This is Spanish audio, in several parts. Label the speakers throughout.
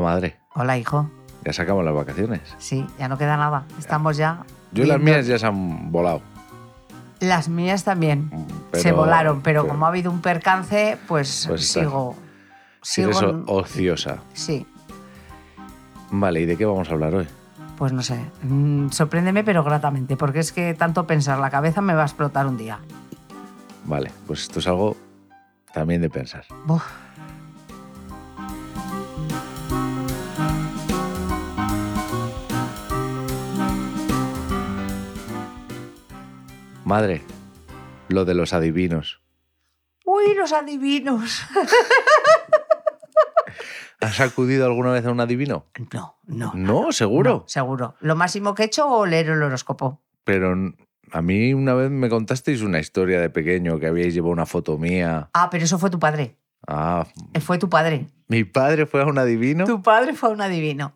Speaker 1: madre.
Speaker 2: Hola, hijo.
Speaker 1: Ya se acaban las vacaciones.
Speaker 2: Sí, ya no queda nada. Estamos ya.
Speaker 1: Yo las
Speaker 2: viendo-
Speaker 1: mías ya se han volado.
Speaker 2: Las mías también.
Speaker 1: Mm, pero-
Speaker 2: se volaron, pero,
Speaker 1: pero-
Speaker 2: como ha habido un percance, pues,
Speaker 1: Pues está.
Speaker 2: sigo.
Speaker 1: Si
Speaker 2: Sigo.
Speaker 1: eres
Speaker 2: en-
Speaker 1: o- ociosa.
Speaker 2: Sí,
Speaker 1: Vale, ¿y de qué vamos a hablar hoy?
Speaker 2: pues no sé. Mm, sorpréndeme, pero gratamente, porque es que tanto pensar la cabeza me va a explotar un día.
Speaker 1: Vale, pues esto es algo también de pensar.
Speaker 2: Buf.
Speaker 1: Madre, lo de los adivinos.
Speaker 2: Uy, los adivinos.
Speaker 1: ¿Has acudido alguna vez a un adivino?
Speaker 2: No, no.
Speaker 1: No, seguro.
Speaker 2: no, seguro. Lo máximo que he hecho o leer el horóscopo.
Speaker 1: Pero n- a mí una vez me contasteis una historia de pequeño que habíais llevado una foto mía.
Speaker 2: Ah, pero eso fue tu padre.
Speaker 1: Ah,
Speaker 2: Eh, Fue tu padre.
Speaker 1: mi padre fue a un adivino.
Speaker 2: Tu padre fue un adivino.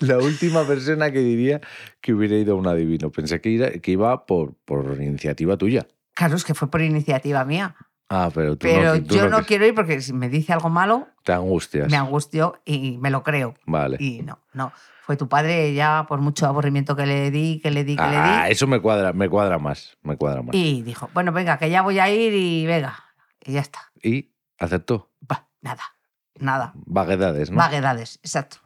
Speaker 1: La última persona que diría que hubiera ido a un adivino. Pensé que, ira- que iba por, por iniciativa tuya.
Speaker 2: Claro, es que fue por iniciativa mía.
Speaker 1: Ah, pero tú
Speaker 2: Pero
Speaker 1: no, tú
Speaker 2: yo no,
Speaker 1: quieres-
Speaker 2: quiero ir porque si me dice algo malo,
Speaker 1: Te angustias.
Speaker 2: me angustio y me lo creo.
Speaker 1: Vale.
Speaker 2: Y no, no. Fue tu padre ya por mucho aburrimiento que le di, que le di, que
Speaker 1: Ah,
Speaker 2: le di.
Speaker 1: eso me cuadra, me cuadra más. Me cuadra más.
Speaker 2: Y dijo, bueno, venga, que ya voy a ir y venga. Y ya está.
Speaker 1: Y aceptó.
Speaker 2: Bah, nada, nada.
Speaker 1: Vaguedades, ¿no?
Speaker 2: Vaguedades, exacto.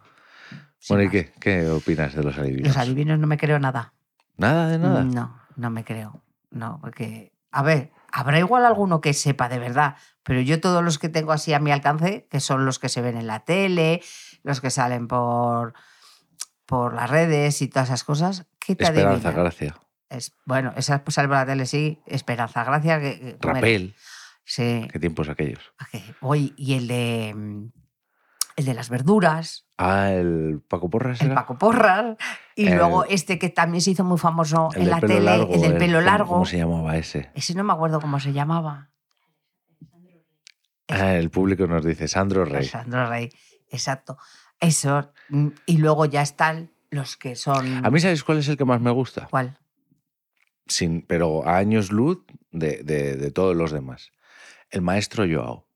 Speaker 2: Sin
Speaker 1: Bueno, ¿y
Speaker 2: más.
Speaker 1: qué, qué opinas de los adivinos?
Speaker 2: Los adivinos Mm, no me creo nada.
Speaker 1: Nada de nada.
Speaker 2: No, no me creo. No, porque, a ver, habrá igual alguno que sepa de verdad, pero yo todos los que tengo así a mi alcance, que son los que se ven en la tele, los que salen por, por las redes y todas esas cosas, ¿qué te
Speaker 1: Esperanza,
Speaker 2: adivinan?
Speaker 1: gracia.
Speaker 2: Es- bueno, esas pues, salen por la tele, sí, Esperanza Gracia. Que, que- bueno,
Speaker 1: Rapel.
Speaker 2: Sí.
Speaker 1: ¿Qué tiempos aquellos?
Speaker 2: ok. Hoy, y el de, mm, el de las verduras,
Speaker 1: Ah, el Paco Porras.
Speaker 2: el
Speaker 1: era?
Speaker 2: Paco Porras, y
Speaker 1: El-
Speaker 2: luego este que también se hizo muy famoso
Speaker 1: El
Speaker 2: en
Speaker 1: del
Speaker 2: la
Speaker 1: pelo
Speaker 2: tele,
Speaker 1: largo,
Speaker 2: el del pelo
Speaker 1: ¿cómo-
Speaker 2: largo.
Speaker 1: ¿Cómo se llamaba ese?
Speaker 2: Ese no me acuerdo cómo se llamaba.
Speaker 1: Ah, el público nos dice Sandro Rey.
Speaker 2: Sandro Rey, exacto. Eso. mm, Y luego ya están los que son.
Speaker 1: A mí, ¿sabes cuál es el que más me gusta?
Speaker 2: ¿Cuál?
Speaker 1: Sin, pero a años luz de, de- de todos los demás. El maestro Joao.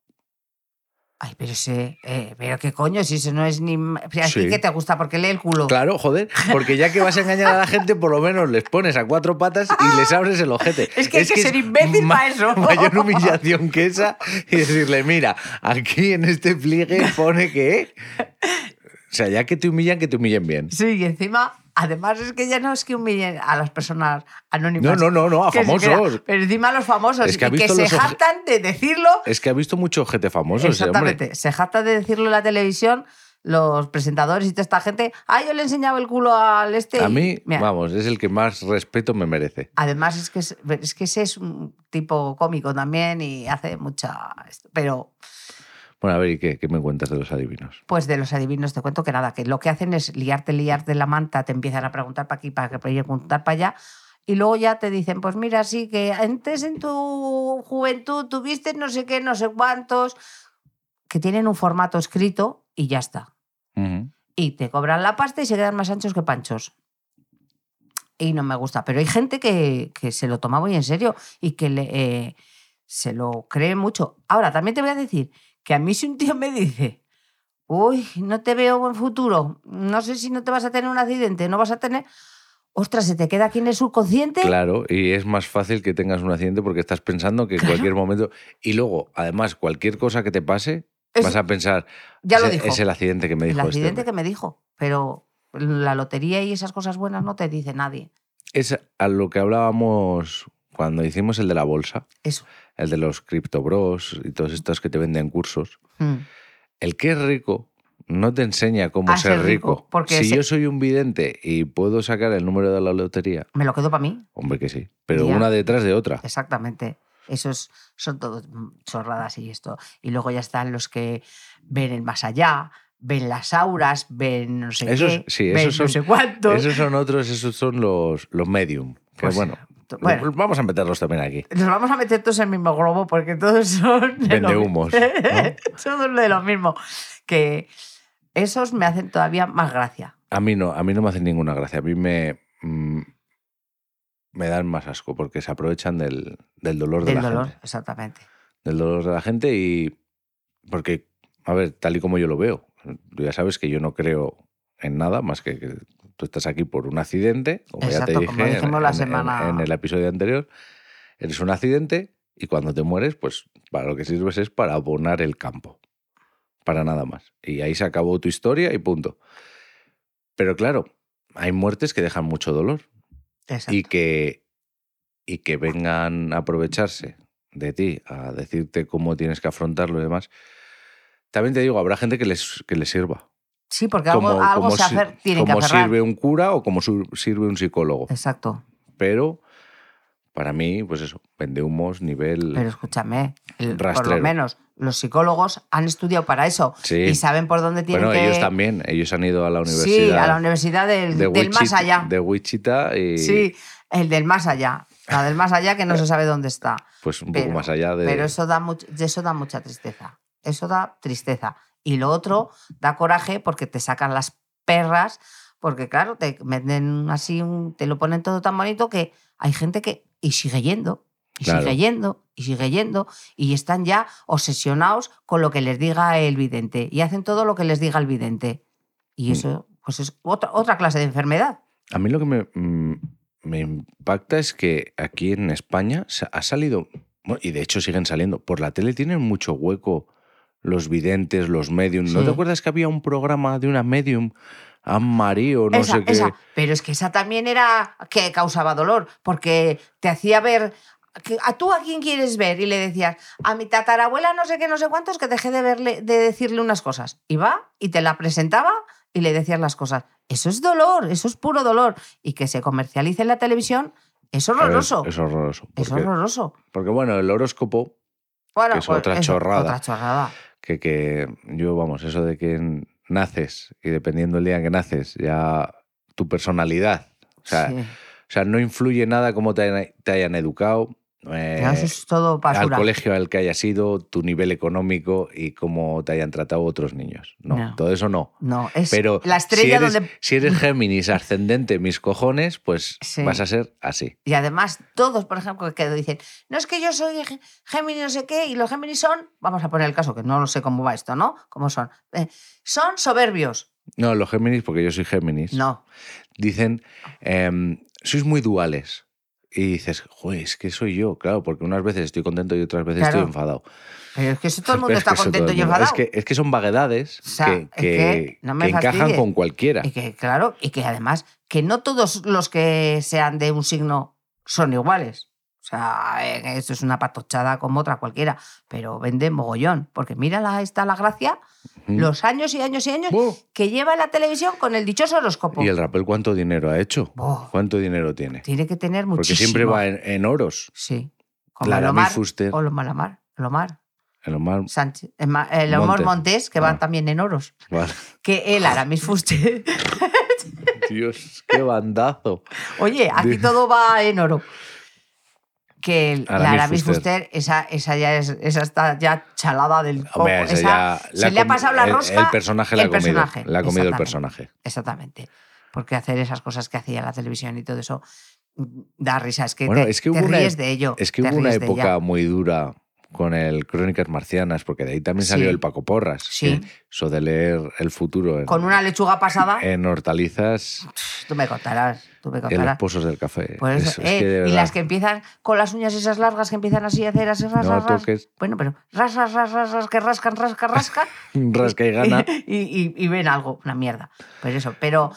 Speaker 2: Ay, pero ese. eh, pero qué coño, si eso no es ni. o sea, ¿a ti
Speaker 1: Sí.
Speaker 2: qué te gusta porque lee el culo.
Speaker 1: Claro, joder, porque ya que vas a engañar a la gente, por lo menos les pones a cuatro patas y les abres el ojete.
Speaker 2: Es que hay que ser imbécil
Speaker 1: ma-
Speaker 2: para eso.
Speaker 1: Mayor humillación que esa y decirle, mira, aquí en este pliegue pone que... O sea, ya que te humillan, que te humillen bien.
Speaker 2: Sí, y encima, además es que ya no es que humillen a las personas
Speaker 1: No,
Speaker 2: anónimas.
Speaker 1: no, no, no, a
Speaker 2: que se
Speaker 1: famosos.
Speaker 2: quedan- pero encima a los famosos
Speaker 1: Es que ha
Speaker 2: y que
Speaker 1: visto
Speaker 2: se
Speaker 1: los oje-
Speaker 2: jactan de decirlo.
Speaker 1: Es que ha visto mucho ojete famoso ese hombre.
Speaker 2: Exactamente. Se jactan de decirlo en la televisión los presentadores y toda esta gente. Ah, yo le enseñaba el culo al este.
Speaker 1: A
Speaker 2: y-
Speaker 1: mí,
Speaker 2: Mira,
Speaker 1: vamos, es el que más respeto me merece.
Speaker 2: Además, es que, es, es que ese es un tipo cómico también y hace mucha. esto. Pero,
Speaker 1: Bueno, a ver, ¿y qué? ¿Qué me cuentas de los adivinos?
Speaker 2: pues de los adivinos te cuento que nada, que lo que hacen es liarte, liarte la manta, te empiezan a preguntar para aquí, para preguntar para allá. Y luego ya te dicen, pues mira, sí, que antes en tu juventud tuviste no sé qué, no sé cuántos, que tienen un formato escrito y ya está.
Speaker 1: Ujú.
Speaker 2: Y te cobran la pasta y se quedan más anchos que panchos. Y no me gusta. Pero hay gente que, que se lo toma muy en serio y que le, eh, se lo cree mucho. Ahora, también te voy a decir que a mí si un tío me dice, uy, no te veo buen futuro, no sé si no te vas a tener un accidente, no vas a tener... Ostras, se te queda aquí en el subconsciente.
Speaker 1: Claro, y es más fácil que tengas un accidente porque estás pensando que en cualquier momento. Y luego, además, cualquier cosa que te pase,
Speaker 2: Es-
Speaker 1: vas a pensar.
Speaker 2: ya lo
Speaker 1: "Ese-
Speaker 2: dijo.
Speaker 1: Es el accidente que me
Speaker 2: el
Speaker 1: dijo este
Speaker 2: accidente
Speaker 1: hombre".
Speaker 2: que me dijo. Pero la lotería y esas cosas buenas no te dice nadie.
Speaker 1: Es a lo que hablábamos cuando hicimos el de la bolsa,
Speaker 2: Eso.
Speaker 1: el de los criptobros y todos estos que te venden cursos.
Speaker 2: Mm.
Speaker 1: El que es rico no te enseña cómo
Speaker 2: A
Speaker 1: ser
Speaker 2: ser rico,
Speaker 1: rico.
Speaker 2: porque
Speaker 1: si
Speaker 2: se-
Speaker 1: yo soy un vidente y puedo sacar el número de la lotería,
Speaker 2: Me lo quedo para mí.
Speaker 1: hombre que sí, pero
Speaker 2: Ya.
Speaker 1: una detrás de otra.
Speaker 2: Exactamente. Esos son todos mm, chorradas y esto. Y luego ya están los que ven el más allá, ven las auras, ven no sé
Speaker 1: Esos-
Speaker 2: qué,
Speaker 1: sí,
Speaker 2: ven
Speaker 1: esos
Speaker 2: no
Speaker 1: son-
Speaker 2: sé cuántos.
Speaker 1: Esos son otros, esos son los, los medium. Que
Speaker 2: Pues,
Speaker 1: bueno,
Speaker 2: to- bueno.
Speaker 1: vamos a meterlos también aquí.
Speaker 2: Nos vamos a meter todos en el mismo globo porque todos son de lo
Speaker 1: Vendehumos,
Speaker 2: mi-
Speaker 1: ¿no?
Speaker 2: Son de lo mismo. Que esos me hacen todavía más gracia.
Speaker 1: A mí no, a mí no me hacen ninguna gracia. A mí me, mm, me dan más asco porque se aprovechan del, del dolor de
Speaker 2: Del
Speaker 1: la
Speaker 2: dolor,
Speaker 1: gente.
Speaker 2: exactamente.
Speaker 1: Del dolor de la gente y porque a ver, tal y como yo lo veo, tú ya sabes que yo no creo en nada más que que tú estás aquí por un accidente, como ya
Speaker 2: Exacto,
Speaker 1: te dije
Speaker 2: como dijimos la
Speaker 1: en- en-
Speaker 2: semana-
Speaker 1: en el episodio anterior, eres un accidente y cuando te mueres, pues para lo que sirves es para abonar el campo, para nada más. Y ahí se acabó tu historia y punto. Pero claro, hay muertes que dejan mucho dolor
Speaker 2: Exacto.
Speaker 1: y que, y que vengan a aprovecharse de ti, a decirte cómo tienes que afrontarlo y demás. También te digo, habrá gente que les, que les sirva.
Speaker 2: sí, porque algo, algo se
Speaker 1: si-
Speaker 2: hacer, tienen que
Speaker 1: como
Speaker 2: aferrar.
Speaker 1: sirve un cura o como su- sirve un psicólogo.
Speaker 2: Exacto.
Speaker 1: Pero para mí, pues eso, vende humos, nivel...
Speaker 2: Pero escúchame, el- por
Speaker 1: Rastrero.
Speaker 2: lo menos los psicólogos han estudiado para eso
Speaker 1: Sí.
Speaker 2: y saben por dónde tienen
Speaker 1: bueno,
Speaker 2: que
Speaker 1: ellos también, ellos han ido a la universidad.
Speaker 2: Sí, a la universidad del,
Speaker 1: de
Speaker 2: del más
Speaker 1: Wichita-
Speaker 2: allá.
Speaker 1: De Eh, Wichita y
Speaker 2: Sí, el del más allá. La del más allá que no se sabe dónde está.
Speaker 1: pues un
Speaker 2: Pero,
Speaker 1: poco más allá de...
Speaker 2: pero eso da, much- eso da mucha tristeza. Eso da tristeza. Y lo otro da coraje porque te sacan las perras, porque claro, te meten así, un- te lo ponen todo tan bonito que hay gente que y sigue yendo, y
Speaker 1: Claro.
Speaker 2: sigue yendo, y sigue yendo, y están ya obsesionados con lo que les diga el vidente, y hacen todo lo que les diga el vidente. Y
Speaker 1: Mm.
Speaker 2: eso pues es otra, otra clase de enfermedad.
Speaker 1: A mí lo que me, mm, me impacta es que aquí en España sa- ha salido, bueno, y de hecho siguen saliendo, por la tele tienen mucho hueco los videntes, los mediums. ¿No
Speaker 2: Sí.
Speaker 1: te acuerdas que había un programa de una medium, Anne Marie o no
Speaker 2: esa,
Speaker 1: sé qué?
Speaker 2: esa. Pero es que esa también era que causaba dolor, porque te hacía ver. que- ¿A tú a quién quieres ver? Y le decías, a mi tatarabuela no sé qué, no sé cuántos, que dejé de, verle, de decirle unas cosas. Y va y te la presentaba y le decías las cosas. Eso es dolor, eso es puro dolor. Y que se comercialice en la televisión es
Speaker 1: A ver,
Speaker 2: horroroso.
Speaker 1: Es horroroso.
Speaker 2: es
Speaker 1: porque-
Speaker 2: horroroso.
Speaker 1: Porque bueno, el horóscopo,
Speaker 2: Bueno,
Speaker 1: que es otra
Speaker 2: eso,
Speaker 1: chorrada.
Speaker 2: Otra chorrada.
Speaker 1: que, que yo, vamos, eso de que n- naces y dependiendo del día en que naces, ya tu personalidad. O sea,
Speaker 2: Sí.
Speaker 1: o sea, no influye nada cómo te, hayan- te hayan educado. eh,
Speaker 2: Claro, eso es todo basura.
Speaker 1: al colegio al que hayas ido, tu nivel económico y cómo te hayan tratado otros niños. No,
Speaker 2: No.
Speaker 1: todo eso no.
Speaker 2: No, es
Speaker 1: Pero
Speaker 2: la estrella
Speaker 1: si eres,
Speaker 2: donde
Speaker 1: si eres Géminis ascendente, mis cojones, pues
Speaker 2: Sí.
Speaker 1: vas a ser así.
Speaker 2: Y además, todos, por ejemplo, que dicen, no es que yo soy G- Géminis, no sé qué, y los Géminis son, vamos a poner el caso, que no lo sé cómo va esto, ¿no? ¿Cómo son? Eh, son soberbios.
Speaker 1: No, los Géminis, porque yo soy Géminis,
Speaker 2: No,
Speaker 1: dicen, em, sois muy duales. Y dices, joder, es que soy yo, claro, porque unas veces estoy contento y otras veces
Speaker 2: Claro.
Speaker 1: estoy enfadado.
Speaker 2: pero es que eso todo el mundo
Speaker 1: Pero es
Speaker 2: está
Speaker 1: que eso todo
Speaker 2: contento
Speaker 1: el
Speaker 2: y
Speaker 1: mundo-
Speaker 2: enfadado.
Speaker 1: Es que, es que son vaguedades
Speaker 2: O sea,
Speaker 1: que,
Speaker 2: es que
Speaker 1: que-
Speaker 2: no me
Speaker 1: que encajan
Speaker 2: fastidies.
Speaker 1: con cualquiera.
Speaker 2: Y que, claro, y que además, que no todos los que sean de un signo son iguales. O sea, eh, esto es una patochada como otra cualquiera, pero vende mogollón, porque mira, la, está la gracia,
Speaker 1: Mm.
Speaker 2: los años y años y años
Speaker 1: Buh.
Speaker 2: que lleva la televisión con el dichoso horóscopo.
Speaker 1: ¿Y el rapel cuánto dinero ha hecho?
Speaker 2: Buh.
Speaker 1: ¿Cuánto dinero tiene?
Speaker 2: Tiene que tener muchísimo.
Speaker 1: Porque siempre va en, en oros.
Speaker 2: Sí. Como
Speaker 1: Clara
Speaker 2: Lomar
Speaker 1: Fuster,
Speaker 2: o Lomar, Lomar, Lomar
Speaker 1: en Omar-
Speaker 2: Sánchez, eh, ma- eh,
Speaker 1: Montes.
Speaker 2: Lomar Montes, que va
Speaker 1: Ah.
Speaker 2: también en oros.
Speaker 1: Vale.
Speaker 2: Que él, Aramis Fuster.
Speaker 1: Dios, qué bandazo.
Speaker 2: Oye, aquí
Speaker 1: Di-
Speaker 2: todo va en oro. Que el- la
Speaker 1: Aramis
Speaker 2: Aramis
Speaker 1: Fuster.
Speaker 2: Fuster, esa, esa ya es, esa está ya chalada del coco.
Speaker 1: Hombre, esa ya
Speaker 2: Esa-
Speaker 1: la
Speaker 2: se le ha
Speaker 1: comi-
Speaker 2: pasado la
Speaker 1: el-
Speaker 2: rosca.
Speaker 1: El, personaje la ha
Speaker 2: el
Speaker 1: comido.
Speaker 2: personaje,
Speaker 1: La ha comido el
Speaker 2: exactamente.
Speaker 1: personaje.
Speaker 2: Exactamente. Porque hacer esas cosas que hacía la televisión y todo eso mm, da risa. Es que,
Speaker 1: Bueno,
Speaker 2: te,
Speaker 1: es que
Speaker 2: te
Speaker 1: hubo una
Speaker 2: ríes
Speaker 1: ep-
Speaker 2: de ello.
Speaker 1: Es que
Speaker 2: te
Speaker 1: hubo una
Speaker 2: ríes de ella.
Speaker 1: época muy dura con el Crónicas Marcianas, porque de ahí también salió
Speaker 2: Sí.
Speaker 1: el Paco Porras.
Speaker 2: Sí.
Speaker 1: que Eso de leer el futuro en,
Speaker 2: Con una lechuga pasada,
Speaker 1: en hortalizas
Speaker 2: tú me contarás. Tú me
Speaker 1: en los
Speaker 2: contarás.
Speaker 1: pozos del café.
Speaker 2: Por eso,
Speaker 1: Eso, es
Speaker 2: eh,
Speaker 1: que de
Speaker 2: y
Speaker 1: verdad,
Speaker 2: las que empiezan con las uñas esas largas que empiezan así a hacer así ras,
Speaker 1: no
Speaker 2: ras, ras.
Speaker 1: toques,
Speaker 2: Bueno, pero ras, ras, ras, ras, ras, que rascan, rascan, rascan
Speaker 1: rasca y gana.
Speaker 2: y, y- y ven algo, una mierda. Pues eso, pero,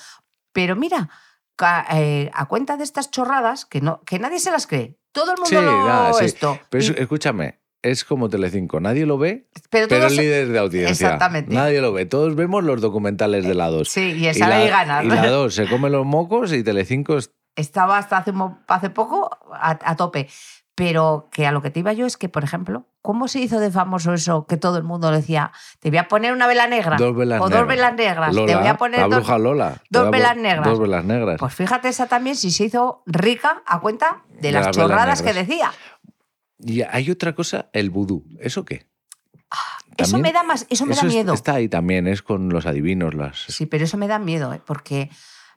Speaker 2: pero mira, ca- eh, a cuenta de estas chorradas que, no, que nadie se las cree. Todo el mundo
Speaker 1: Sí,
Speaker 2: lo
Speaker 1: nada, sí.
Speaker 2: esto.
Speaker 1: Pero es-
Speaker 2: Y-
Speaker 1: escúchame, es como Telecinco, nadie lo ve,
Speaker 2: pero
Speaker 1: pero
Speaker 2: todos-
Speaker 1: es líder de audiencia.
Speaker 2: Exactamente.
Speaker 1: Nadie lo ve, todos vemos los documentales de la 2.
Speaker 2: Sí, y esa y gana.
Speaker 1: y la 2 se come los mocos y Telecinco es...
Speaker 2: estaba hasta hace, mo- hace poco a, a tope. Pero que a lo que te iba yo es que, por ejemplo, ¿cómo se hizo de famoso eso que todo el mundo decía, te voy a poner una vela negra?
Speaker 1: Dos velas
Speaker 2: o dos
Speaker 1: negras.
Speaker 2: velas negras.
Speaker 1: Lola,
Speaker 2: te voy a poner
Speaker 1: la
Speaker 2: dos-
Speaker 1: bruja Lola. te
Speaker 2: dos
Speaker 1: da
Speaker 2: velas
Speaker 1: por-
Speaker 2: negras.
Speaker 1: Dos velas negras.
Speaker 2: Pues fíjate esa también si se hizo rica a cuenta de,
Speaker 1: De
Speaker 2: las,
Speaker 1: las velas
Speaker 2: chorradas que
Speaker 1: negras.
Speaker 2: decía.
Speaker 1: Y hay otra cosa, el vudú. ¿Eso qué?
Speaker 2: Eso
Speaker 1: También-
Speaker 2: me da más, eso me da
Speaker 1: es- este,
Speaker 2: miedo.
Speaker 1: Está ahí también, es con los adivinos, las...
Speaker 2: Sí, pero eso me da miedo, ¿eh? porque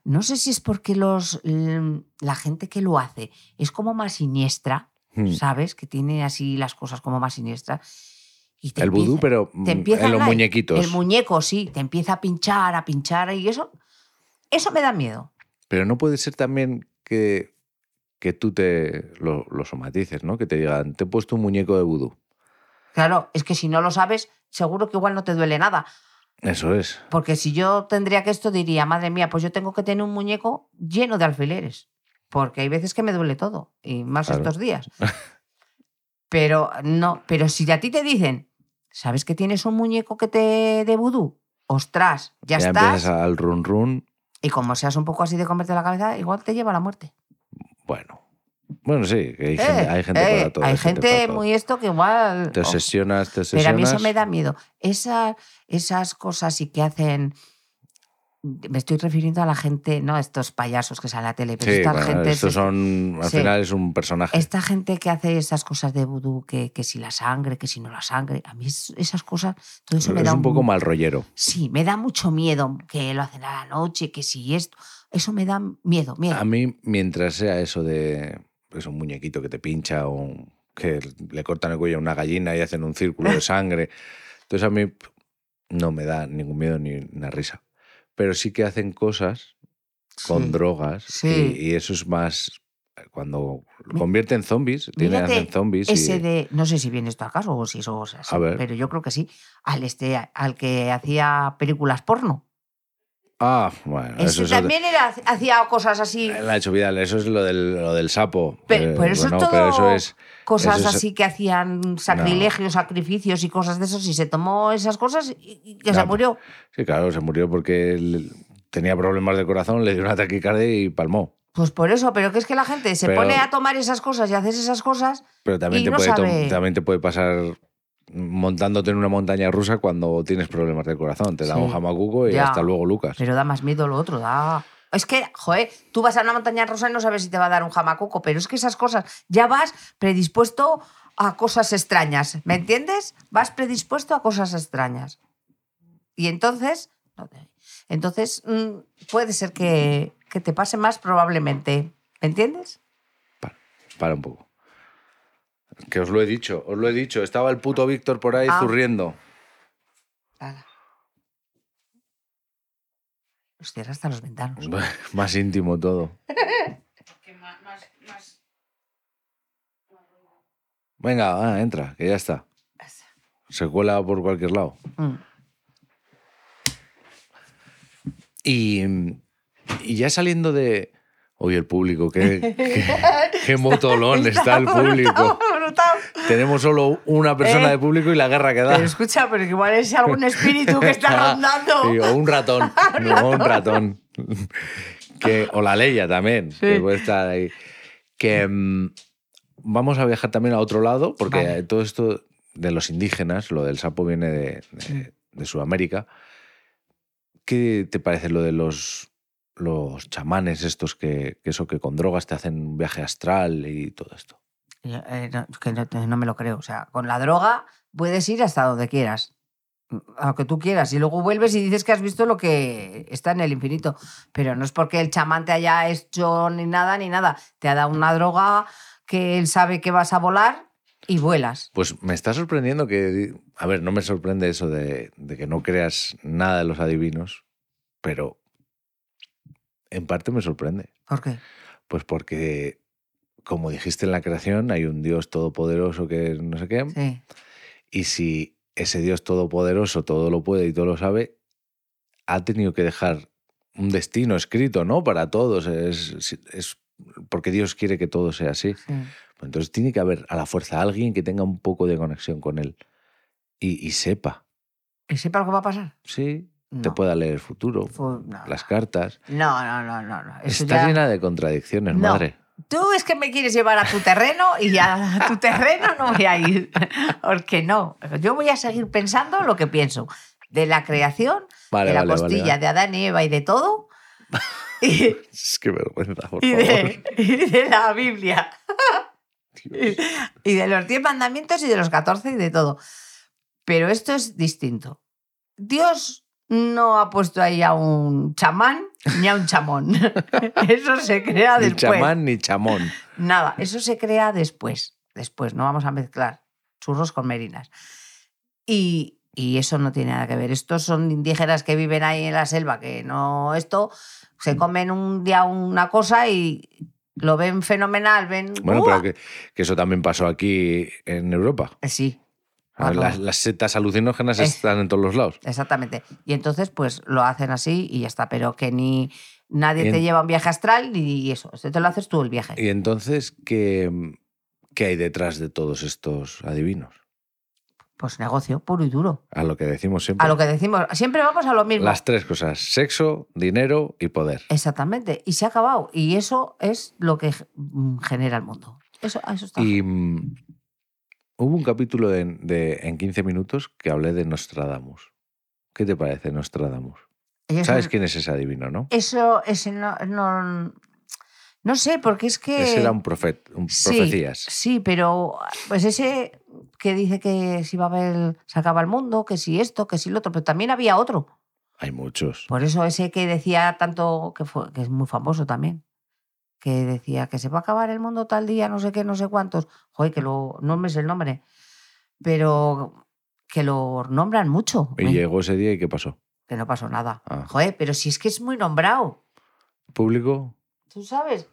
Speaker 2: no sé si es porque los l- la gente que lo hace es como más siniestra,
Speaker 1: Mm.
Speaker 2: ¿sabes? Que tiene así las cosas como más siniestras. Y te
Speaker 1: El vudú,
Speaker 2: empieza-
Speaker 1: pero mm,
Speaker 2: te empieza
Speaker 1: en los
Speaker 2: la-
Speaker 1: muñequitos.
Speaker 2: El muñeco, sí, te empieza a pinchar, a pinchar y eso. Eso me da miedo.
Speaker 1: Pero no puede ser también que, que tú te lo, lo somatices, ¿no? Que te digan, te he puesto un muñeco de vudú.
Speaker 2: Claro, es que si no lo sabes, seguro que igual no te duele nada.
Speaker 1: Eso es.
Speaker 2: Porque si yo tendría que esto, diría, madre mía, pues yo tengo que tener un muñeco lleno de alfileres. Porque hay veces que me duele todo, y más
Speaker 1: Claro.
Speaker 2: estos días. Pero no, pero si a ti te dicen, ¿sabes que tienes un muñeco que te de vudú? Ostras, ya, estás.
Speaker 1: empiezas al run run.
Speaker 2: Y como seas un poco así de comerte la cabeza, igual te lleva a la muerte.
Speaker 1: Bueno. Bueno, sí, que hay,
Speaker 2: Eh,
Speaker 1: gente, hay gente
Speaker 2: eh,
Speaker 1: para todo.
Speaker 2: hay
Speaker 1: para
Speaker 2: gente
Speaker 1: todo.
Speaker 2: muy esto que igual.
Speaker 1: Te
Speaker 2: oh,
Speaker 1: obsesionas, te obsesionas.
Speaker 2: pero a mí eso me da miedo. Esa- esas cosas y que hacen. Me estoy refiriendo a la gente, no a estos payasos que salen a la tele, pero
Speaker 1: Sí,
Speaker 2: esta
Speaker 1: bueno,
Speaker 2: gente.
Speaker 1: estos son, al
Speaker 2: sí.
Speaker 1: final es un personaje.
Speaker 2: Esta gente que hace esas cosas de vudú, que, que si la sangre, que si no la sangre. A mí es- esas cosas. Todo eso me
Speaker 1: es
Speaker 2: da
Speaker 1: un poco mal rollero.
Speaker 2: Sí, me da mucho miedo que lo hacen a la noche, que si esto. Eso me da miedo, miedo.
Speaker 1: A mí, mientras sea eso de pues, un muñequito que te pincha o un- que le cortan el cuello a una gallina y hacen un círculo de sangre, entonces a mí pf, no me da ningún miedo ni una risa. Pero sí que hacen cosas con
Speaker 2: Sí.
Speaker 1: drogas y-
Speaker 2: Sí.
Speaker 1: y, eso es más... eh, Cuando lo
Speaker 2: Mi-
Speaker 1: convierten en zombies, tienen,
Speaker 2: Mírate
Speaker 1: hacen zombies y-
Speaker 2: ese de no sé si viene esto al caso o si eso es así,
Speaker 1: A ver.
Speaker 2: pero yo creo que sí al este al que hacía películas porno
Speaker 1: Ah, bueno,
Speaker 2: ese
Speaker 1: eso es...
Speaker 2: también era hacía cosas así
Speaker 1: otro- Nacho Vidal, eso es lo del, lo del sapo.
Speaker 2: Pero-
Speaker 1: Eh,
Speaker 2: pero eso es
Speaker 1: bueno,
Speaker 2: todo-
Speaker 1: Pero eso es...
Speaker 2: cosas
Speaker 1: eso es-
Speaker 2: así que hacían sacrilegios sacrificios y cosas de esos y se tomó esas cosas y, y que
Speaker 1: No,
Speaker 2: se murió
Speaker 1: Sí, claro, se murió porque él tenía problemas de corazón, le dio una taquicardia y palmó.
Speaker 2: pues por eso pero que es que la gente se
Speaker 1: Pero-
Speaker 2: pone a tomar esas cosas y hacer esas cosas
Speaker 1: Pero también
Speaker 2: Y
Speaker 1: te,
Speaker 2: no
Speaker 1: puede, to-
Speaker 2: sabe.
Speaker 1: también te puede pasar montándote en una montaña rusa cuando tienes problemas de corazón. Te da
Speaker 2: Sí.
Speaker 1: un jamacuco y
Speaker 2: Ya.
Speaker 1: hasta luego, Lucas.
Speaker 2: pero da más miedo lo otro da es que, joder, tú vas a una montaña rosa y no sabes si te va a dar un jamacuco, pero es que esas cosas, ya vas predispuesto a cosas extrañas, ¿me entiendes? Vas predispuesto a cosas extrañas. Y entonces, no te- entonces mm, puede ser que, que te pase más probablemente, ¿me entiendes?
Speaker 1: Para un poco. Que os lo he dicho, os lo he dicho. Estaba el puto Víctor por ahí
Speaker 2: Ah.
Speaker 1: zurriendo.
Speaker 2: Ala. Los cierra hasta los ventanos.
Speaker 1: Más íntimo todo. Venga, va, entra, que ya está. Se cuela por cualquier lado.
Speaker 2: Mm.
Speaker 1: Y, y ya saliendo de. Oye, el público, qué, qué, qué motolón está, el público.
Speaker 2: brutal, brutal.
Speaker 1: Tenemos solo una persona
Speaker 2: Eh.
Speaker 1: de público y la guerra que da.
Speaker 2: Pero escucha, pero que igual es algún espíritu que está
Speaker 1: Sí,
Speaker 2: rondando.
Speaker 1: o un ratón. no, un ratón. que, o la leya también. Que puede estar ahí. Que mm, vamos a viajar también a otro lado, porque
Speaker 2: Vale.
Speaker 1: todo esto de los indígenas, lo del sapo viene de, de- de Sudamérica. ¿Qué te parece lo de los, los chamanes estos que, que eso que con drogas te hacen un viaje astral y todo esto?
Speaker 2: Yo, eh, no, que no, no me lo creo. O sea, con la droga puedes ir hasta donde quieras. mm, A lo que tú quieras. Y luego vuelves y dices que has visto lo que está en el infinito. Pero no es porque el chamán te haya hecho ni nada, ni nada. Te ha dado una droga que él sabe que vas a volar y vuelas.
Speaker 1: Pues me está sorprendiendo que. A ver, no me sorprende eso de, de que no creas nada de los adivinos, pero en parte me sorprende.
Speaker 2: ¿Por qué?
Speaker 1: Pues porque, como dijiste en la creación, hay un Dios todopoderoso que es no sé qué,
Speaker 2: Sí.
Speaker 1: y si ese Dios todopoderoso todo lo puede y todo lo sabe, ha tenido que dejar un destino escrito, ¿no? Para todos. Es, es porque Dios quiere que todo sea así.
Speaker 2: sí.
Speaker 1: Pues Entonces tiene que haber a la fuerza alguien que tenga un poco de conexión con él y, y sepa,
Speaker 2: ¿Y sepa lo que va a pasar?
Speaker 1: sí, te
Speaker 2: No.
Speaker 1: pueda leer el futuro,
Speaker 2: Fu- no.
Speaker 1: las cartas.
Speaker 2: No, no, no, no. no. Eso
Speaker 1: Está
Speaker 2: ya-
Speaker 1: llena de contradicciones,
Speaker 2: No.
Speaker 1: madre.
Speaker 2: Tú es que me quieres llevar a tu terreno y a tu terreno no voy a ir. Porque no. Yo voy a seguir pensando lo que pienso. De la creación,
Speaker 1: Vale,
Speaker 2: de la
Speaker 1: vale, vale,
Speaker 2: costilla,
Speaker 1: vale.
Speaker 2: de Adán y Eva y de todo. Y,
Speaker 1: Es que vergüenza, por
Speaker 2: y
Speaker 1: favor.
Speaker 2: de, y de la Biblia.
Speaker 1: Dios.
Speaker 2: Y de los diez mandamientos y de los catorce y de todo. Pero esto es distinto. Dios no ha puesto ahí a un chamán ni a un chamón. Eso se crea
Speaker 1: Ni
Speaker 2: después.
Speaker 1: chamán ni chamón.
Speaker 2: Nada, eso se crea después. Después, no vamos a mezclar churros con merinas. Y, y eso no tiene nada que ver. Estos son indígenas que viven ahí en la selva, que no esto,
Speaker 1: Mm.
Speaker 2: se comen un día una cosa y lo ven fenomenal, ven...
Speaker 1: Bueno,
Speaker 2: ¡Uah!
Speaker 1: pero que, que eso también pasó aquí en Europa.
Speaker 2: Eh, Sí,
Speaker 1: A ver,
Speaker 2: Ajá.
Speaker 1: Las, las setas alucinógenas
Speaker 2: Ah, Eh.
Speaker 1: están en todos los lados.
Speaker 2: exactamente. Y entonces pues lo hacen así y ya está, pero que ni nadie
Speaker 1: En-
Speaker 2: te lleva un viaje astral ni eso, este te lo haces tú el viaje.
Speaker 1: Y entonces, ¿qué, qué hay detrás de todos estos adivinos?
Speaker 2: Pues negocio, puro y duro.
Speaker 1: A lo que decimos siempre.
Speaker 2: A lo que decimos, siempre vamos a lo mismo.
Speaker 1: Las tres cosas, sexo, dinero y poder.
Speaker 2: Exactamente, y se ha acabado. Y eso es lo que ge- mm, genera el mundo. Eso, a eso está.
Speaker 1: Y mm, hubo un capítulo en, de- en 15 minutos que hablé de Nostradamus. ¿Qué te parece Nostradamus?
Speaker 2: Ellos
Speaker 1: ¿Sabes
Speaker 2: son-
Speaker 1: quién es ese adivino, no?
Speaker 2: Eso, ese no, no, no sé, porque es que...
Speaker 1: Ese era un profeta, un
Speaker 2: Eh, Sí,
Speaker 1: profecías.
Speaker 2: Sí, pero pues ese que dice que si va a haber, se acaba el mundo, que si esto, que si lo otro, pero también había otro.
Speaker 1: Hay muchos.
Speaker 2: Por eso ese que decía tanto, que, fue, que es muy famoso también, que decía que se va a acabar el mundo tal día, no sé qué, no sé cuántos. Joder, que lo, no me sé el nombre, pero que lo nombran mucho.
Speaker 1: Y
Speaker 2: ¿eh?
Speaker 1: llegó ese día y ¿qué pasó?
Speaker 2: Que no pasó nada.
Speaker 1: Ah.
Speaker 2: Joder, pero si es que es muy nombrado,
Speaker 1: ¿Público?
Speaker 2: tú sabes.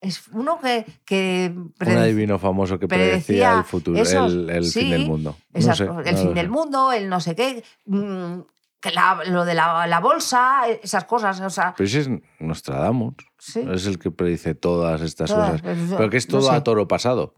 Speaker 2: Es uno que, que
Speaker 1: un
Speaker 2: predice-
Speaker 1: adivino famoso que predecía,
Speaker 2: predecía
Speaker 1: el futuro,
Speaker 2: esos-
Speaker 1: el, el
Speaker 2: sí,
Speaker 1: fin del mundo. No sé,
Speaker 2: Exacto, el
Speaker 1: no
Speaker 2: fin
Speaker 1: lo
Speaker 2: del
Speaker 1: sé.
Speaker 2: mundo, el no sé qué, mm, que la- lo de la, la bolsa, esas cosas, o sea,
Speaker 1: Pero ese es Nostradamus,
Speaker 2: sí.
Speaker 1: es el que predice todas estas cosas.
Speaker 2: todas, pero yo-
Speaker 1: Pero que es
Speaker 2: no
Speaker 1: todo
Speaker 2: sé.
Speaker 1: a toro pasado.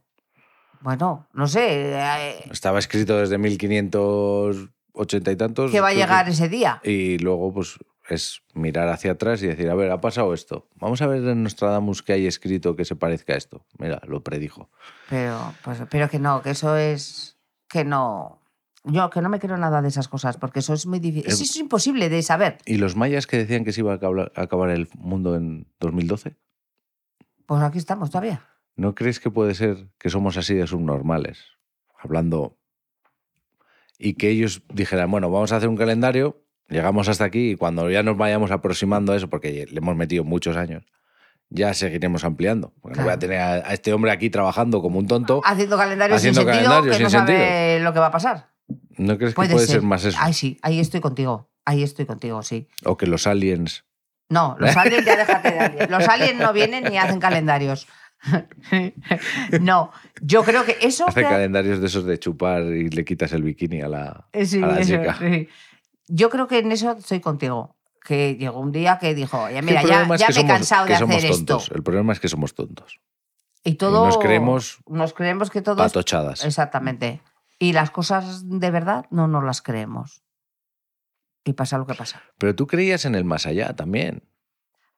Speaker 2: Bueno, no sé, eh,
Speaker 1: Estaba escrito desde 1580 y tantos.
Speaker 2: que va a
Speaker 1: Pues creo
Speaker 2: llegar ese día.
Speaker 1: Y luego, pues, es mirar hacia atrás y decir, a ver, ha pasado esto. Vamos a ver en Nostradamus qué hay escrito que se parezca a esto. Mira, lo predijo.
Speaker 2: Pero, pues, pero que no, que eso es. que no. Yo que no me creo nada de esas cosas, porque eso es muy difícil.
Speaker 1: Eh,
Speaker 2: Eso es imposible de saber.
Speaker 1: ¿Y los mayas que decían que se iba a acabla- a acabar el mundo en 2012?
Speaker 2: Pues aquí estamos todavía.
Speaker 1: ¿No crees que puede ser que somos así de subnormales? Hablando. Y que ellos dijeran, bueno, vamos a hacer un calendario, llegamos hasta aquí y cuando ya nos vayamos aproximando a eso, porque le hemos metido muchos años, ya seguiremos ampliando. Porque no voy a
Speaker 2: Claro. Ah,
Speaker 1: tener a, a este hombre aquí trabajando como un tonto.
Speaker 2: Haciendo calendarios sin
Speaker 1: Haciendo
Speaker 2: sentido,
Speaker 1: calendarios
Speaker 2: que no
Speaker 1: sin
Speaker 2: sabe lo que va a pasar.
Speaker 1: ¿No crees que puede ser, más eso?
Speaker 2: Ay, sí, ahí estoy contigo. Ahí estoy contigo, sí.
Speaker 1: O que los aliens.
Speaker 2: No, los aliens ya déjate de aliens. Los aliens no vienen ni hacen calendarios. no, yo creo que eso.
Speaker 1: Hace
Speaker 2: que-
Speaker 1: calendarios de esos de chupar y le quitas el bikini a la,
Speaker 2: Eh, sí,
Speaker 1: a la
Speaker 2: eso,
Speaker 1: chica.
Speaker 2: sí. Yo creo que en eso estoy contigo. Que llegó un día que dijo, oye,
Speaker 1: Es que
Speaker 2: Eh, mira,
Speaker 1: el
Speaker 2: ya,
Speaker 1: problema es
Speaker 2: ya
Speaker 1: que
Speaker 2: me he
Speaker 1: somos-
Speaker 2: cansado de
Speaker 1: que somos
Speaker 2: hacer esto.
Speaker 1: tontos. El problema es que somos tontos.
Speaker 2: Y todo.
Speaker 1: nos creemos
Speaker 2: Nos creemos que todo. es-
Speaker 1: Patochadas.
Speaker 2: Exactamente. Y las cosas de verdad no nos las creemos. Y pasa lo que pasa.
Speaker 1: Pero tú creías en el más allá también.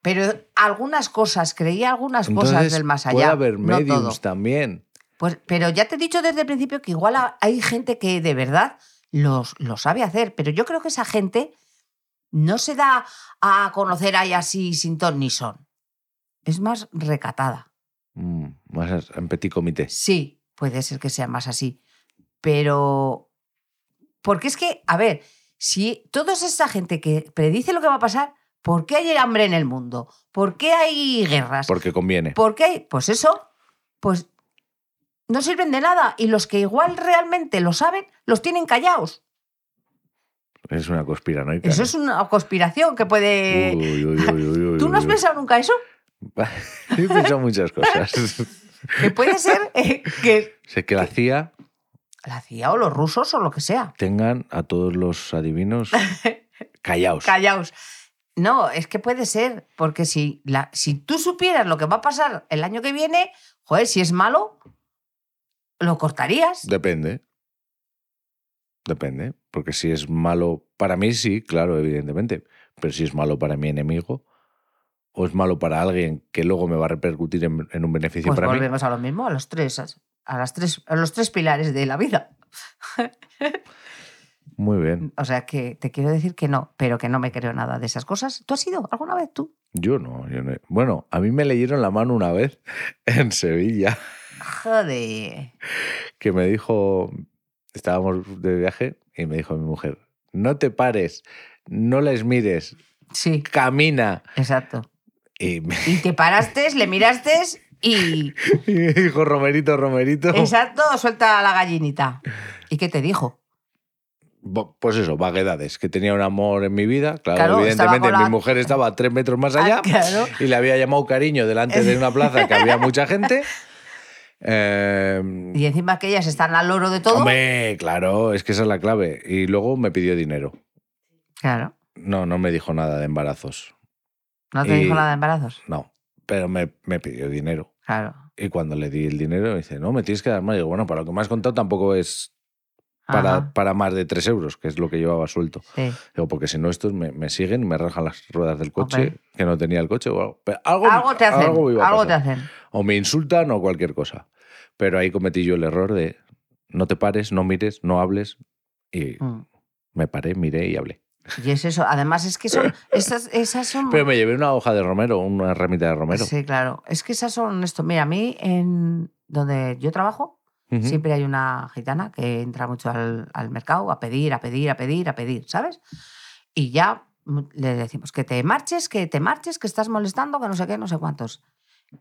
Speaker 2: Pero algunas cosas, creía algunas cosas
Speaker 1: Entonces,
Speaker 2: del más allá.
Speaker 1: Puede haber
Speaker 2: no
Speaker 1: mediums
Speaker 2: todo.
Speaker 1: también.
Speaker 2: Pues, pero ya te he dicho desde el principio que igual ha- hay gente que de verdad los, lo sabe hacer, pero yo creo que esa gente no se da a conocer ahí así sin ton ni son. Es más recatada.
Speaker 1: Mm, más en petit comité.
Speaker 2: Sí, puede ser que sea más así, pero... Porque es que, a ver, si toda esa gente que predice lo que va a pasar, ¿por qué hay hambre en el mundo? ¿Por qué hay guerras?
Speaker 1: Porque conviene.
Speaker 2: ¿Por qué? Pues eso, pues no sirven de nada. Y los que igual realmente lo saben, los tienen callados.
Speaker 1: Es una conspiranoica.
Speaker 2: Eso
Speaker 1: ¿eh?
Speaker 2: es una conspiración que puede...
Speaker 1: Uy, uy, uy, uy, uy,
Speaker 2: ¿Tú no has
Speaker 1: uy, uy.
Speaker 2: pensado nunca eso?
Speaker 1: He pensado muchas cosas.
Speaker 2: Que puede ser eh, que
Speaker 1: sé que la CIA
Speaker 2: la CIA o los rusos o lo que sea.
Speaker 1: tengan a todos los adivinos callados.
Speaker 2: Callaos. No, es que puede ser, porque si, la, si tú supieras lo que va a pasar el año que viene, joder, si es malo, lo cortarías.
Speaker 1: Depende. Depende. Porque si es malo para mí, sí, claro, evidentemente. Pero si es malo para mi enemigo o es malo para alguien que luego me va a repercutir en, en un beneficio
Speaker 2: Pues
Speaker 1: para mí.
Speaker 2: volvemos a lo mismo, a los tres, a las tres, a los tres pilares de la vida.
Speaker 1: Muy bien.
Speaker 2: O sea, que te quiero decir que no, pero que no me creo nada de esas cosas. ¿Tú has ido alguna vez tú?
Speaker 1: Yo no, yo no. Bueno, a mí me leyeron la mano una vez en Sevilla
Speaker 2: Joder.
Speaker 1: que me dijo, estábamos de viaje y me dijo mi mujer, no te pares, no les mires,
Speaker 2: Sí,
Speaker 1: camina.
Speaker 2: exacto.
Speaker 1: Y me
Speaker 2: Y te paraste, le miraste y...
Speaker 1: y me dijo, Romerito, Romerito.
Speaker 2: Exacto, suelta a la gallinita. ¿Y qué te dijo?
Speaker 1: bo- pues eso, vaguedades, que tenía un amor en mi vida. Claro,
Speaker 2: Claro, estaba
Speaker 1: evidentemente
Speaker 2: con la-
Speaker 1: mi mujer estaba tres metros más allá
Speaker 2: Ah, claro.
Speaker 1: y le había llamado cariño delante de una plaza que había mucha gente. Eh,
Speaker 2: Y encima que ellas están al loro de todo.
Speaker 1: Hombre, claro, es que esa es la clave. Y luego me pidió dinero.
Speaker 2: Claro.
Speaker 1: No, no me dijo nada de embarazos.
Speaker 2: No te
Speaker 1: Y-
Speaker 2: dijo nada de embarazos.
Speaker 1: No, pero me, me pidió dinero.
Speaker 2: Claro.
Speaker 1: Y cuando le di el dinero, me dice, no, me tienes que dar más. Y digo, bueno, para lo que me has contado tampoco es para,
Speaker 2: Ajá,
Speaker 1: para más de 3 euros, que es lo que llevaba suelto.
Speaker 2: sí.
Speaker 1: Digo, porque si no, estos me, me siguen y me rajan las ruedas del coche,
Speaker 2: Hombre.
Speaker 1: que no tenía el coche o algo. Pero algo,
Speaker 2: Algo te hacen.
Speaker 1: algo
Speaker 2: Algo,
Speaker 1: me iba a
Speaker 2: te
Speaker 1: pasar.
Speaker 2: hacen.
Speaker 1: O me insultan o cualquier cosa. Pero ahí cometí yo el error de no te pares, no mires, no hables. Y
Speaker 2: Mm.
Speaker 1: me paré, miré y hablé.
Speaker 2: Y es eso. Además, es que son. Esas, esas son.
Speaker 1: Pero me llevé una hoja de romero, una ramita de romero.
Speaker 2: Sí, claro. Es que esas son esto. Mira, a mí, en donde yo trabajo,
Speaker 1: Ujú.
Speaker 2: siempre hay una gitana que entra mucho al, al mercado a pedir, a pedir, a pedir, a pedir, ¿sabes? Y ya mm, le decimos que te marches, que te marches, que estás molestando, que no sé qué, no sé cuántos.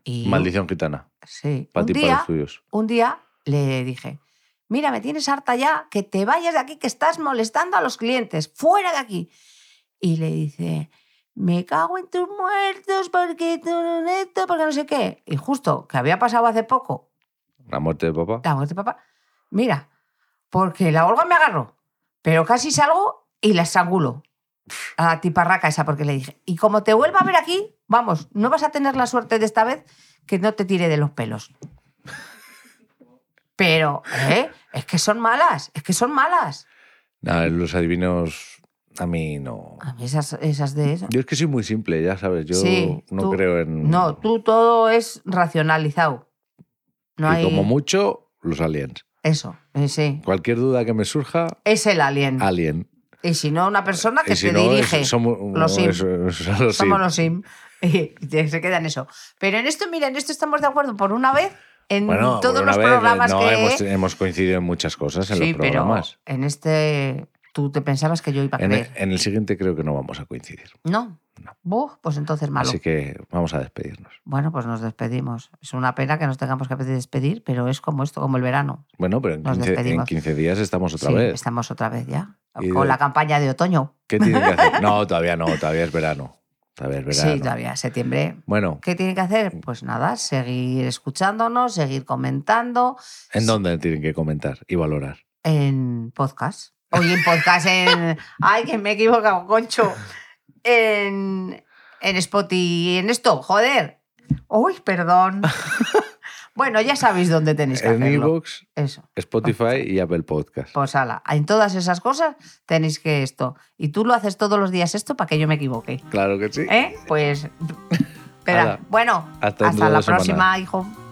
Speaker 2: Y
Speaker 1: Maldición gitana.
Speaker 2: Sí.
Speaker 1: Para
Speaker 2: un
Speaker 1: ti, para
Speaker 2: día,
Speaker 1: los tuyos.
Speaker 2: un día le dije, mira, me tienes harta ya, que te vayas de aquí, que estás molestando a los clientes, fuera de aquí. Y le dice, me cago en tus muertos porque tú no neto, porque no sé qué. Y justo, que había pasado hace poco,
Speaker 1: La muerte de papá.
Speaker 2: la muerte de papá, mira, porque la Olga me agarró, pero casi salgo y la estrangulo. A la tiparraca esa, porque le dije, y como te vuelva a ver aquí, vamos, no vas a tener la suerte de esta vez que no te tire de los pelos. Pero, ¿eh? Es que son malas, es que son malas.
Speaker 1: Nada, los adivinos a mí no.
Speaker 2: A mí esas, esas de eso.
Speaker 1: Yo es que soy muy simple, ya sabes. Yo
Speaker 2: Sí,
Speaker 1: no
Speaker 2: tú-
Speaker 1: creo en...
Speaker 2: No, tú todo es racionalizado. No
Speaker 1: y
Speaker 2: hay.
Speaker 1: como mucho, los aliens.
Speaker 2: Eso, eh, sí.
Speaker 1: Cualquier duda que me surja,
Speaker 2: Es el alien.
Speaker 1: alien.
Speaker 2: Y si no, una persona Mm. Ah, que
Speaker 1: Y si
Speaker 2: te
Speaker 1: no, es-
Speaker 2: dirige.
Speaker 1: somos
Speaker 2: los
Speaker 1: no,
Speaker 2: sim.
Speaker 1: eso- eso es los
Speaker 2: Somos
Speaker 1: sim.
Speaker 2: los sim. Y te- se queda en eso. Pero en esto, mira, en esto estamos de acuerdo por una vez en
Speaker 1: Bueno,
Speaker 2: Mm, todos
Speaker 1: una
Speaker 2: los
Speaker 1: vez,
Speaker 2: programas
Speaker 1: no,
Speaker 2: que...
Speaker 1: hemos, hemos coincidido en muchas cosas en
Speaker 2: sí,
Speaker 1: los
Speaker 2: pero
Speaker 1: programas.
Speaker 2: en este tú te pensabas que yo iba a
Speaker 1: En
Speaker 2: creer.
Speaker 1: el, en el siguiente creo que no vamos a coincidir.
Speaker 2: No. Buh, pues entonces malo.
Speaker 1: Así que vamos a despedirnos.
Speaker 2: Bueno, pues nos despedimos. Es una pena que nos tengamos que despedir, pero es como esto, como el verano.
Speaker 1: Bueno, pero en
Speaker 2: Nos
Speaker 1: 15, en
Speaker 2: despedimos.
Speaker 1: 15 días estamos otra
Speaker 2: Sí,
Speaker 1: vez.
Speaker 2: Estamos otra vez ya.
Speaker 1: Y
Speaker 2: Con
Speaker 1: de-
Speaker 2: la campaña de otoño.
Speaker 1: ¿Qué tiene que hacer? No, todavía no, todavía es verano. Todavía es verano. Mm.
Speaker 2: Sí, todavía, septiembre.
Speaker 1: Bueno,
Speaker 2: ¿Qué tiene que hacer? Pues nada, seguir escuchándonos, seguir comentando,
Speaker 1: ¿en dónde tienen que comentar y valorar?
Speaker 2: En podcast. Oye, en podcast en. Ay, que me he equivocado, concho. En. En Spotify. En esto, joder. Uy, perdón. bueno, ya sabéis dónde tenéis que
Speaker 1: En
Speaker 2: hacerlo.
Speaker 1: iVoox,
Speaker 2: Eso.
Speaker 1: Spotify y Apple Podcast.
Speaker 2: Pues ala, en todas esas cosas tenéis que esto. Y tú lo haces todos los días esto para que yo me equivoque.
Speaker 1: Claro que sí.
Speaker 2: ¿Eh? Pues. Espera.
Speaker 1: Ala.
Speaker 2: Bueno,
Speaker 1: Hasta dentro de
Speaker 2: la
Speaker 1: dos semanas.
Speaker 2: próxima, hijo.